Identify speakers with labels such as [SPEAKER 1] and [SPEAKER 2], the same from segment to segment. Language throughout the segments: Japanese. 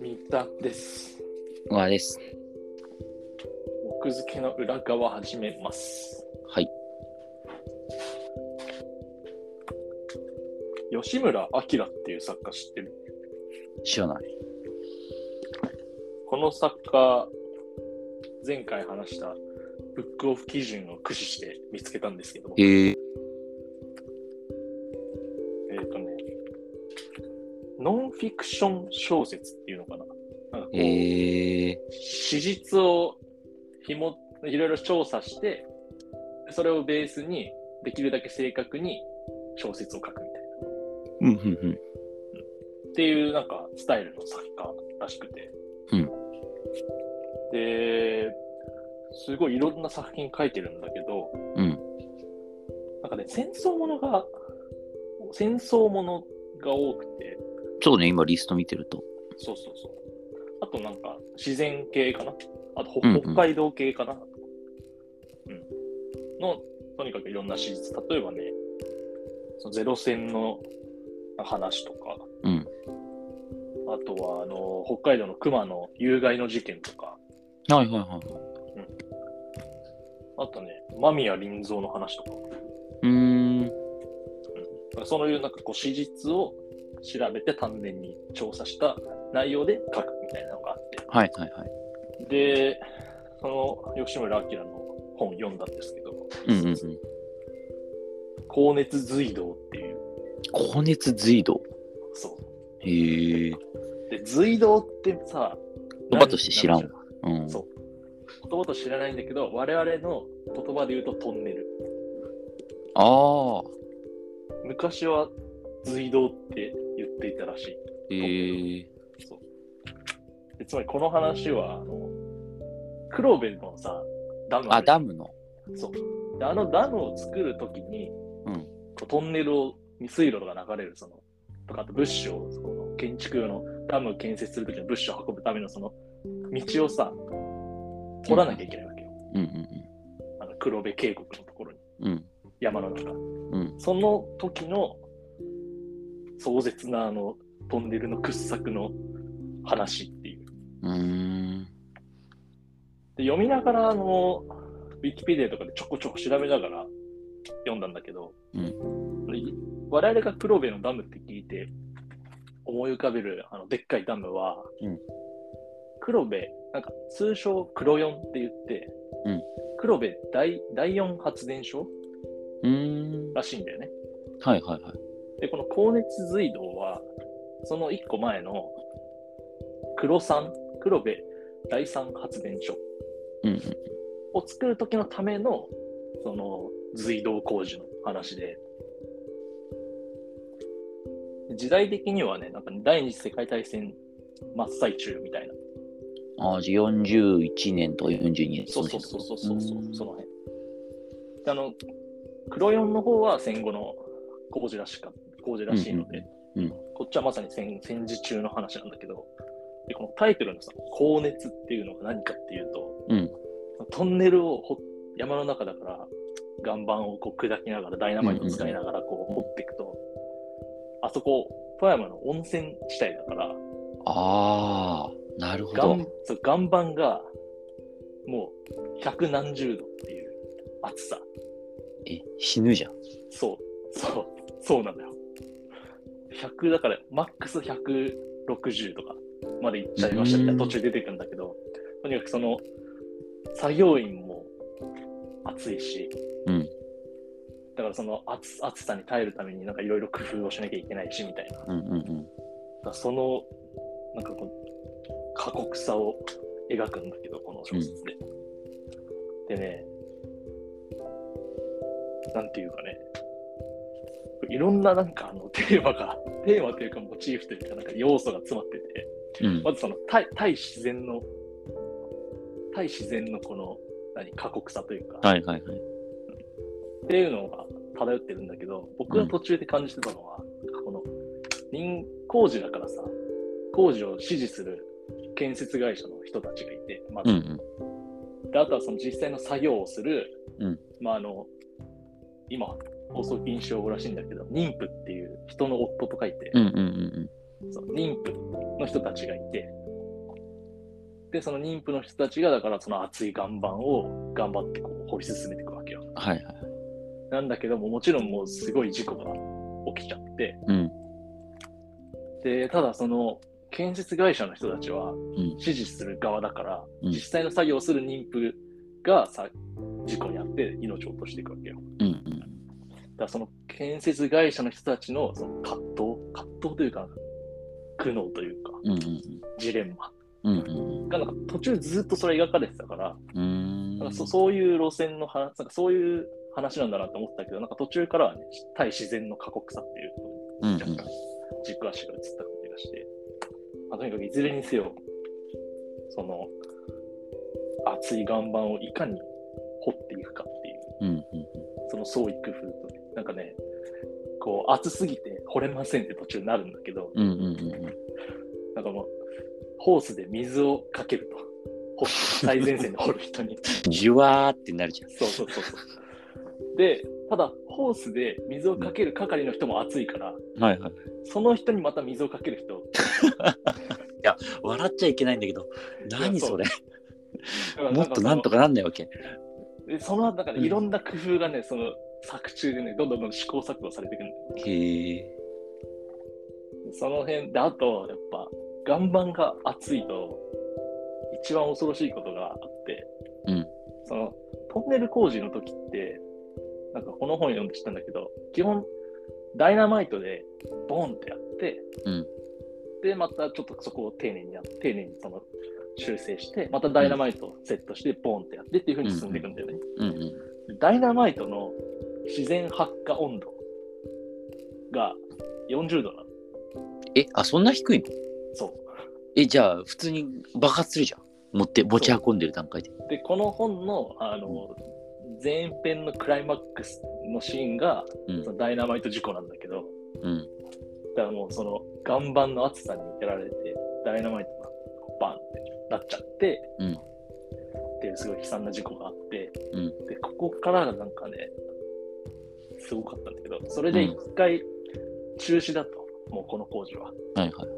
[SPEAKER 1] 三田です。
[SPEAKER 2] まあです。
[SPEAKER 1] 奥付けの裏側始めます。
[SPEAKER 2] はい。
[SPEAKER 1] 吉村明っていう作家知ってる
[SPEAKER 2] 知らない。
[SPEAKER 1] この作家、前回話したブックオフ基準を駆使して見つけたんですけども、えっ、
[SPEAKER 2] ええ
[SPEAKER 1] とね、ノンフィクション小説っていうのかななんかこう、
[SPEAKER 2] ええ
[SPEAKER 1] 史実をひもいろいろ調査してそれをベースにできるだけ正確に小説を書くみたいな
[SPEAKER 2] うんうん
[SPEAKER 1] っていうなんかスタイルの作家らしくて、
[SPEAKER 2] うん
[SPEAKER 1] ですごいいろんな作品書いてるんだけど
[SPEAKER 2] うん。うん。
[SPEAKER 1] なんかね戦争ものが戦争ものが多くて
[SPEAKER 2] そうね、今リスト見てると。
[SPEAKER 1] そうそうそうあとなんか自然系かなあとほ
[SPEAKER 2] うんうん
[SPEAKER 1] 北海道系かな、うんのとにかくいろんな史実例えばねそのゼロ戦の話とか
[SPEAKER 2] うん。
[SPEAKER 1] あとはあの北海道の熊の有害の事件とか
[SPEAKER 2] はいはいはい。
[SPEAKER 1] あとね間宮林蔵の話とか
[SPEAKER 2] うーん。
[SPEAKER 1] そういうなんかこう史実を調べて丹念に調査した内容で書くみたいなのがあって
[SPEAKER 2] はいはいはい。
[SPEAKER 1] で、その吉村明の本読んだんですけど、
[SPEAKER 2] うんうんうん。
[SPEAKER 1] 高熱隧道っていう、
[SPEAKER 2] 高熱隧道。
[SPEAKER 1] そ
[SPEAKER 2] へえ
[SPEAKER 1] う。で、隧道ってさ、
[SPEAKER 2] 言葉として知らん
[SPEAKER 1] 何
[SPEAKER 2] わ。うん。
[SPEAKER 1] そう言葉として知らないんだけど、我々の言葉で言うとトンネル。
[SPEAKER 2] ああ。
[SPEAKER 1] 昔は隧道って言っていたらしい。
[SPEAKER 2] へえ
[SPEAKER 1] でつまりこの話は、あの、黒部のさ、ダム
[SPEAKER 2] あ、
[SPEAKER 1] る
[SPEAKER 2] ダムの。
[SPEAKER 1] そう。であのダムを作るときに、
[SPEAKER 2] うん
[SPEAKER 1] こうトンネルを、に水路が流れる、その、とか、あと物資を、その建築用のダムを建設するときの物資を運ぶための、その、道をさ、掘らなきゃいけないわけよ。
[SPEAKER 2] うんうん
[SPEAKER 1] あの黒部渓谷のところに、
[SPEAKER 2] うん。うん。
[SPEAKER 1] 山の中。
[SPEAKER 2] ん
[SPEAKER 1] その時の、壮絶な、あの、トンネルの掘削の話っていう。
[SPEAKER 2] うーん。
[SPEAKER 1] で読みながらあのウィキペディアとかでちょこちょこ調べながら読んだんだけど、
[SPEAKER 2] う
[SPEAKER 1] で我々が黒部のダムって聞いて思い浮かべるあのでっかいダムは、
[SPEAKER 2] うん
[SPEAKER 1] 黒部なんか通称黒四って言って、
[SPEAKER 2] うん
[SPEAKER 1] 黒部第第四発電所
[SPEAKER 2] うーん。
[SPEAKER 1] らしいんだよね。
[SPEAKER 2] はいはいはい。
[SPEAKER 1] でこの高熱隧道はその一個前の黒三黒部第三発電所
[SPEAKER 2] うんうん。
[SPEAKER 1] を作る時のためのその隧道工事の話で時代的にはねなんか第二次世界大戦真っ最中みたいな
[SPEAKER 2] ああ、じゃあ41年とか42年。
[SPEAKER 1] そうそうそうそうそうそう
[SPEAKER 2] うん
[SPEAKER 1] その辺であの黒四の方は戦後の工事らしか工事らしいので、
[SPEAKER 2] うんうんうん
[SPEAKER 1] こっちはまさに戦戦時中の話なんだけどでこのタイトルのさ「高熱」っていうのが何かっていうと、
[SPEAKER 2] うん
[SPEAKER 1] トンネルを掘っ山の中だから岩盤をこう砕きながらダイナマイトを使いながらこう掘っていくと、あそこ富山の温泉地帯だから、
[SPEAKER 2] ああ、なるほ
[SPEAKER 1] 岩
[SPEAKER 2] ど。
[SPEAKER 1] そう岩盤がもう百何十度っていう暑さ
[SPEAKER 2] え、死ぬじゃん。
[SPEAKER 1] そうそうそうなんだよ100だからマックス160とかまで行っちゃいましたみたいな
[SPEAKER 2] う
[SPEAKER 1] 途
[SPEAKER 2] ん
[SPEAKER 1] 中出てくるんだけどとにかくその作業員も暑いし、
[SPEAKER 2] うん
[SPEAKER 1] だからその暑暑さに耐えるためになんかいろいろ工夫をしなきゃいけないしみたいな
[SPEAKER 2] うんうんうん。
[SPEAKER 1] だからそのなんかこう過酷さを描くんだけどこの小説で、でねなんていうかねいろんななんかあのテーマがテーマというかモチーフというかなんか要素が詰まってて
[SPEAKER 2] うん
[SPEAKER 1] まずその対対自然の対自然のこの何過酷さというか、
[SPEAKER 2] はいはいはい。
[SPEAKER 1] っていうのが漂ってるんだけど、僕が途中で感じてたのは、なんかこの人工事だからさ、工事を支持する建設会社の人たちがいて、まず
[SPEAKER 2] うん
[SPEAKER 1] であとはその実際の作業をする、
[SPEAKER 2] うん
[SPEAKER 1] まあ、あの今、放送禁止用語らしいんだけど、妊婦っていう人の夫と書いて、
[SPEAKER 2] うんうんうん
[SPEAKER 1] その妊婦の人たちがいて、で、その妊婦の人たちが、だからその熱い岩盤を頑張ってこう掘り進めていくわけよ。
[SPEAKER 2] うん。はいはい。
[SPEAKER 1] なんだけども、もちろんもうすごい事故が起きちゃって、
[SPEAKER 2] うん。
[SPEAKER 1] で、ただその建設会社の人たちは
[SPEAKER 2] ん
[SPEAKER 1] 支持する側だから、
[SPEAKER 2] うん
[SPEAKER 1] 実際の作業をする妊婦がさ事故にあって命を落としていくわけよ。
[SPEAKER 2] うんうん。
[SPEAKER 1] だからその建設会社の人たちのその葛藤、葛藤というか、苦悩というか、
[SPEAKER 2] うん
[SPEAKER 1] ジレンマ
[SPEAKER 2] うんうん。うんうん
[SPEAKER 1] がなんか途中ずっとそれ描かれてたから、
[SPEAKER 2] うん。う
[SPEAKER 1] なん
[SPEAKER 2] ー
[SPEAKER 1] か
[SPEAKER 2] ん。
[SPEAKER 1] そそういう路線の話、なんかそういう話なんだなと思ったけど、なんか途中からはね、対自然の過酷さっていう
[SPEAKER 2] うんうん
[SPEAKER 1] 若干軸足が移った感じがして、まあ、とにかくいずれにせよ、その、熱い岩盤をいかに掘っていくかっていう、
[SPEAKER 2] うんうん
[SPEAKER 1] その創意工夫とね、なんかね、こう、熱すぎて掘れませんって途中になるんだけど、
[SPEAKER 2] うんうんうんうん。
[SPEAKER 1] なんかもう、ホースで水をかけると、掘って最前線で掘る人 に。
[SPEAKER 2] じゅわーってなるじゃん。
[SPEAKER 1] そうそうそうそう。で、ただ、ホースで水をかける係の人も熱いから、
[SPEAKER 2] はいはい。
[SPEAKER 1] その人にまた水をかける人、
[SPEAKER 2] 笑っちゃいけないんだけど、何それ。
[SPEAKER 1] だから
[SPEAKER 2] も
[SPEAKER 1] か
[SPEAKER 2] っ
[SPEAKER 1] そ
[SPEAKER 2] と
[SPEAKER 1] の
[SPEAKER 2] なんとかなんないわけ。
[SPEAKER 1] でその後、だから
[SPEAKER 2] うん
[SPEAKER 1] いろんな工夫がね、その作中でね、どんどんどんどん試行錯誤されていくんだよ
[SPEAKER 2] へえ。
[SPEAKER 1] その辺で、あと、やっぱ、岩盤が熱いと、一番恐ろしいことがあって、
[SPEAKER 2] うん
[SPEAKER 1] その、トンネル工事の時って、なんかこの本読んで知ったんだけど、基本、ダイナマイトで、ボンってやって、
[SPEAKER 2] うん
[SPEAKER 1] で、またちょっとそこを丁寧にやって、丁寧にその、修正して、またダイナマイトをセットして、ボンってやってっていう風に進んでいくんだよね。
[SPEAKER 2] うんうん。
[SPEAKER 1] ダイナマイトの自然発火温度が40度なの。
[SPEAKER 2] え、あ、そんな低いの
[SPEAKER 1] そう。
[SPEAKER 2] え、じゃあ、普通に爆発するじゃん。持って、持ち運んでる段階で。
[SPEAKER 1] でこの本のあの前編のクライマックスのシーンが、
[SPEAKER 2] うん
[SPEAKER 1] そのダイナマイト事故なんだけど
[SPEAKER 2] うん。
[SPEAKER 1] だからもうその岩盤の熱さにやられてダイナマイトがバンってなっちゃって、
[SPEAKER 2] うん
[SPEAKER 1] っていうすごい悲惨な事故があって、
[SPEAKER 2] うん
[SPEAKER 1] でここからがなんかねすごかったんだけどそれで
[SPEAKER 2] うん
[SPEAKER 1] 一回中止だと、もうこの工事は
[SPEAKER 2] はいはい。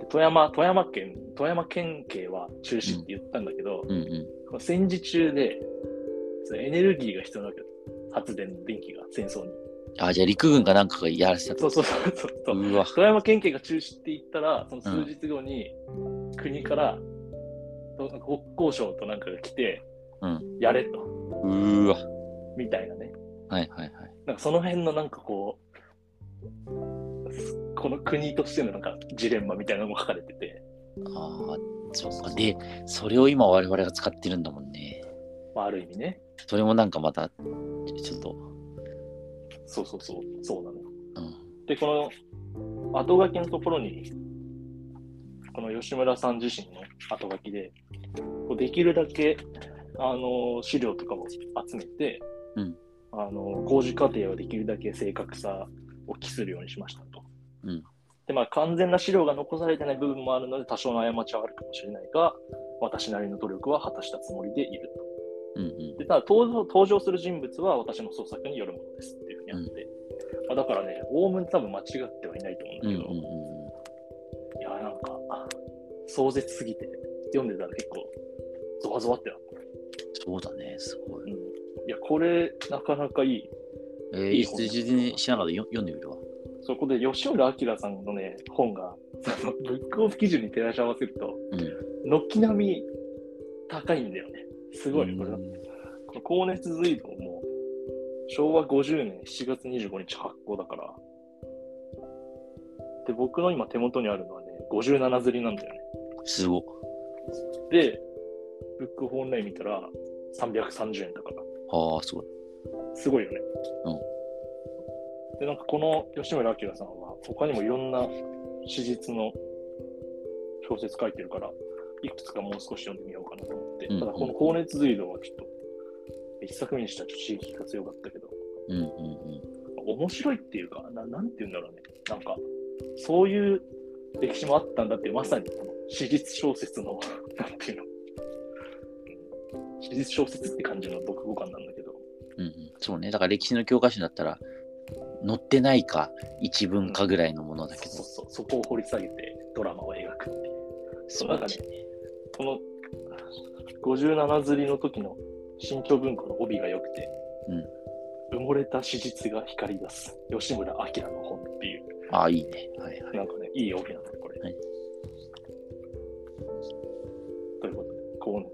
[SPEAKER 1] で富山富山県富山県警は中止って言ったんだけど、
[SPEAKER 2] うんうん。
[SPEAKER 1] この戦時中で、そのエネルギーが必要なわけよ。発電、電気が戦争に。
[SPEAKER 2] あ、じゃあ陸軍かなんかがやらせた
[SPEAKER 1] そ
[SPEAKER 2] と
[SPEAKER 1] う。そうそうそうそう。
[SPEAKER 2] うわ。
[SPEAKER 1] 富山県警が中止って言ったら、その数日後に国から、と国交省となんかが来て、
[SPEAKER 2] うん
[SPEAKER 1] やれと、
[SPEAKER 2] うーわ。
[SPEAKER 1] みたいなね。
[SPEAKER 2] はいはいはい。
[SPEAKER 1] なんかその辺のなんかこう、すこの国としてのなんかジレンマみたいなのも書かれてて、
[SPEAKER 2] ああ、そうか。で、それを今我々が使ってるんだもんね。
[SPEAKER 1] まあ、ある意味ね。
[SPEAKER 2] それもなんかまた、ちょっと、
[SPEAKER 1] そうそうそう、そうなの。
[SPEAKER 2] うん。
[SPEAKER 1] で、この後書きのところに、この吉村さん自身の後書きで、こうできるだけあの資料とかを集めて、
[SPEAKER 2] うん
[SPEAKER 1] あの工事過程はできるだけ正確さを期するようにしましたと。
[SPEAKER 2] うん
[SPEAKER 1] でまあ、完全な資料が残されてない部分もあるので、多少の過ちはあるかもしれないが、私なりの努力は果たしたつもりでいると。
[SPEAKER 2] うんうん。
[SPEAKER 1] でただ登場、登場する人物は私の創作によるものですっていうふうにあって、まあ、だからね、おおむね多分間違ってはいないと思うんだ
[SPEAKER 2] うん
[SPEAKER 1] け
[SPEAKER 2] う
[SPEAKER 1] ど、
[SPEAKER 2] んうん
[SPEAKER 1] いや、なんか、壮絶すぎて、読んでたら結構、ゾワゾワってなった。
[SPEAKER 2] そうだね、すご
[SPEAKER 1] うん
[SPEAKER 2] い。
[SPEAKER 1] いや、これ、なかなかいい。
[SPEAKER 2] え
[SPEAKER 1] いい
[SPEAKER 2] ー、
[SPEAKER 1] 本
[SPEAKER 2] 羊にしながらよ読んでみるわ。
[SPEAKER 1] そこで、吉村明さんのね、本が、 その、ブックオフ基準に照らし合わせると、
[SPEAKER 2] うん。
[SPEAKER 1] 軒並み高いんだよね。すごいね、これ。
[SPEAKER 2] うん
[SPEAKER 1] この高熱随道も、昭和50年7月25日発行だから、で、僕の今手元にあるのはね、57刷りなんだよね。
[SPEAKER 2] すごい。
[SPEAKER 1] で、ブックオフオンライン見たら330円だから、
[SPEAKER 2] ああ、すごい。
[SPEAKER 1] すごいよね。
[SPEAKER 2] う
[SPEAKER 1] で、なんかこの吉村明さんは、他にもいろんな史実の小説書いてるから、いくつかもう少し読んでみようかなと思って、
[SPEAKER 2] うんうん
[SPEAKER 1] ただこの高熱隧道はちょっと、一作目にしたらちょっと刺激が強かったけど、
[SPEAKER 2] うんうんうん。
[SPEAKER 1] 面白いっていうか、ななんて言うんだろうね。なんか、そういう歴史もあったんだって、まさにこの史実小説の、 なんていうの。史実小説って感じの読語感なんだけど、
[SPEAKER 2] うんうん、そうねだから歴史の教科書だったら載ってないか一文かぐらいのものだけど、
[SPEAKER 1] そうそうそこを掘り下げてドラマを描くっていう。
[SPEAKER 2] そう
[SPEAKER 1] なんかね、この57釣りの時の新潮文庫の帯が良くて、埋もれた史実が光り出す吉村明の本っていう、
[SPEAKER 2] ああいいねはいはい
[SPEAKER 1] なんかね、いい帯なんだよ、これ。
[SPEAKER 2] はい
[SPEAKER 1] ということで、今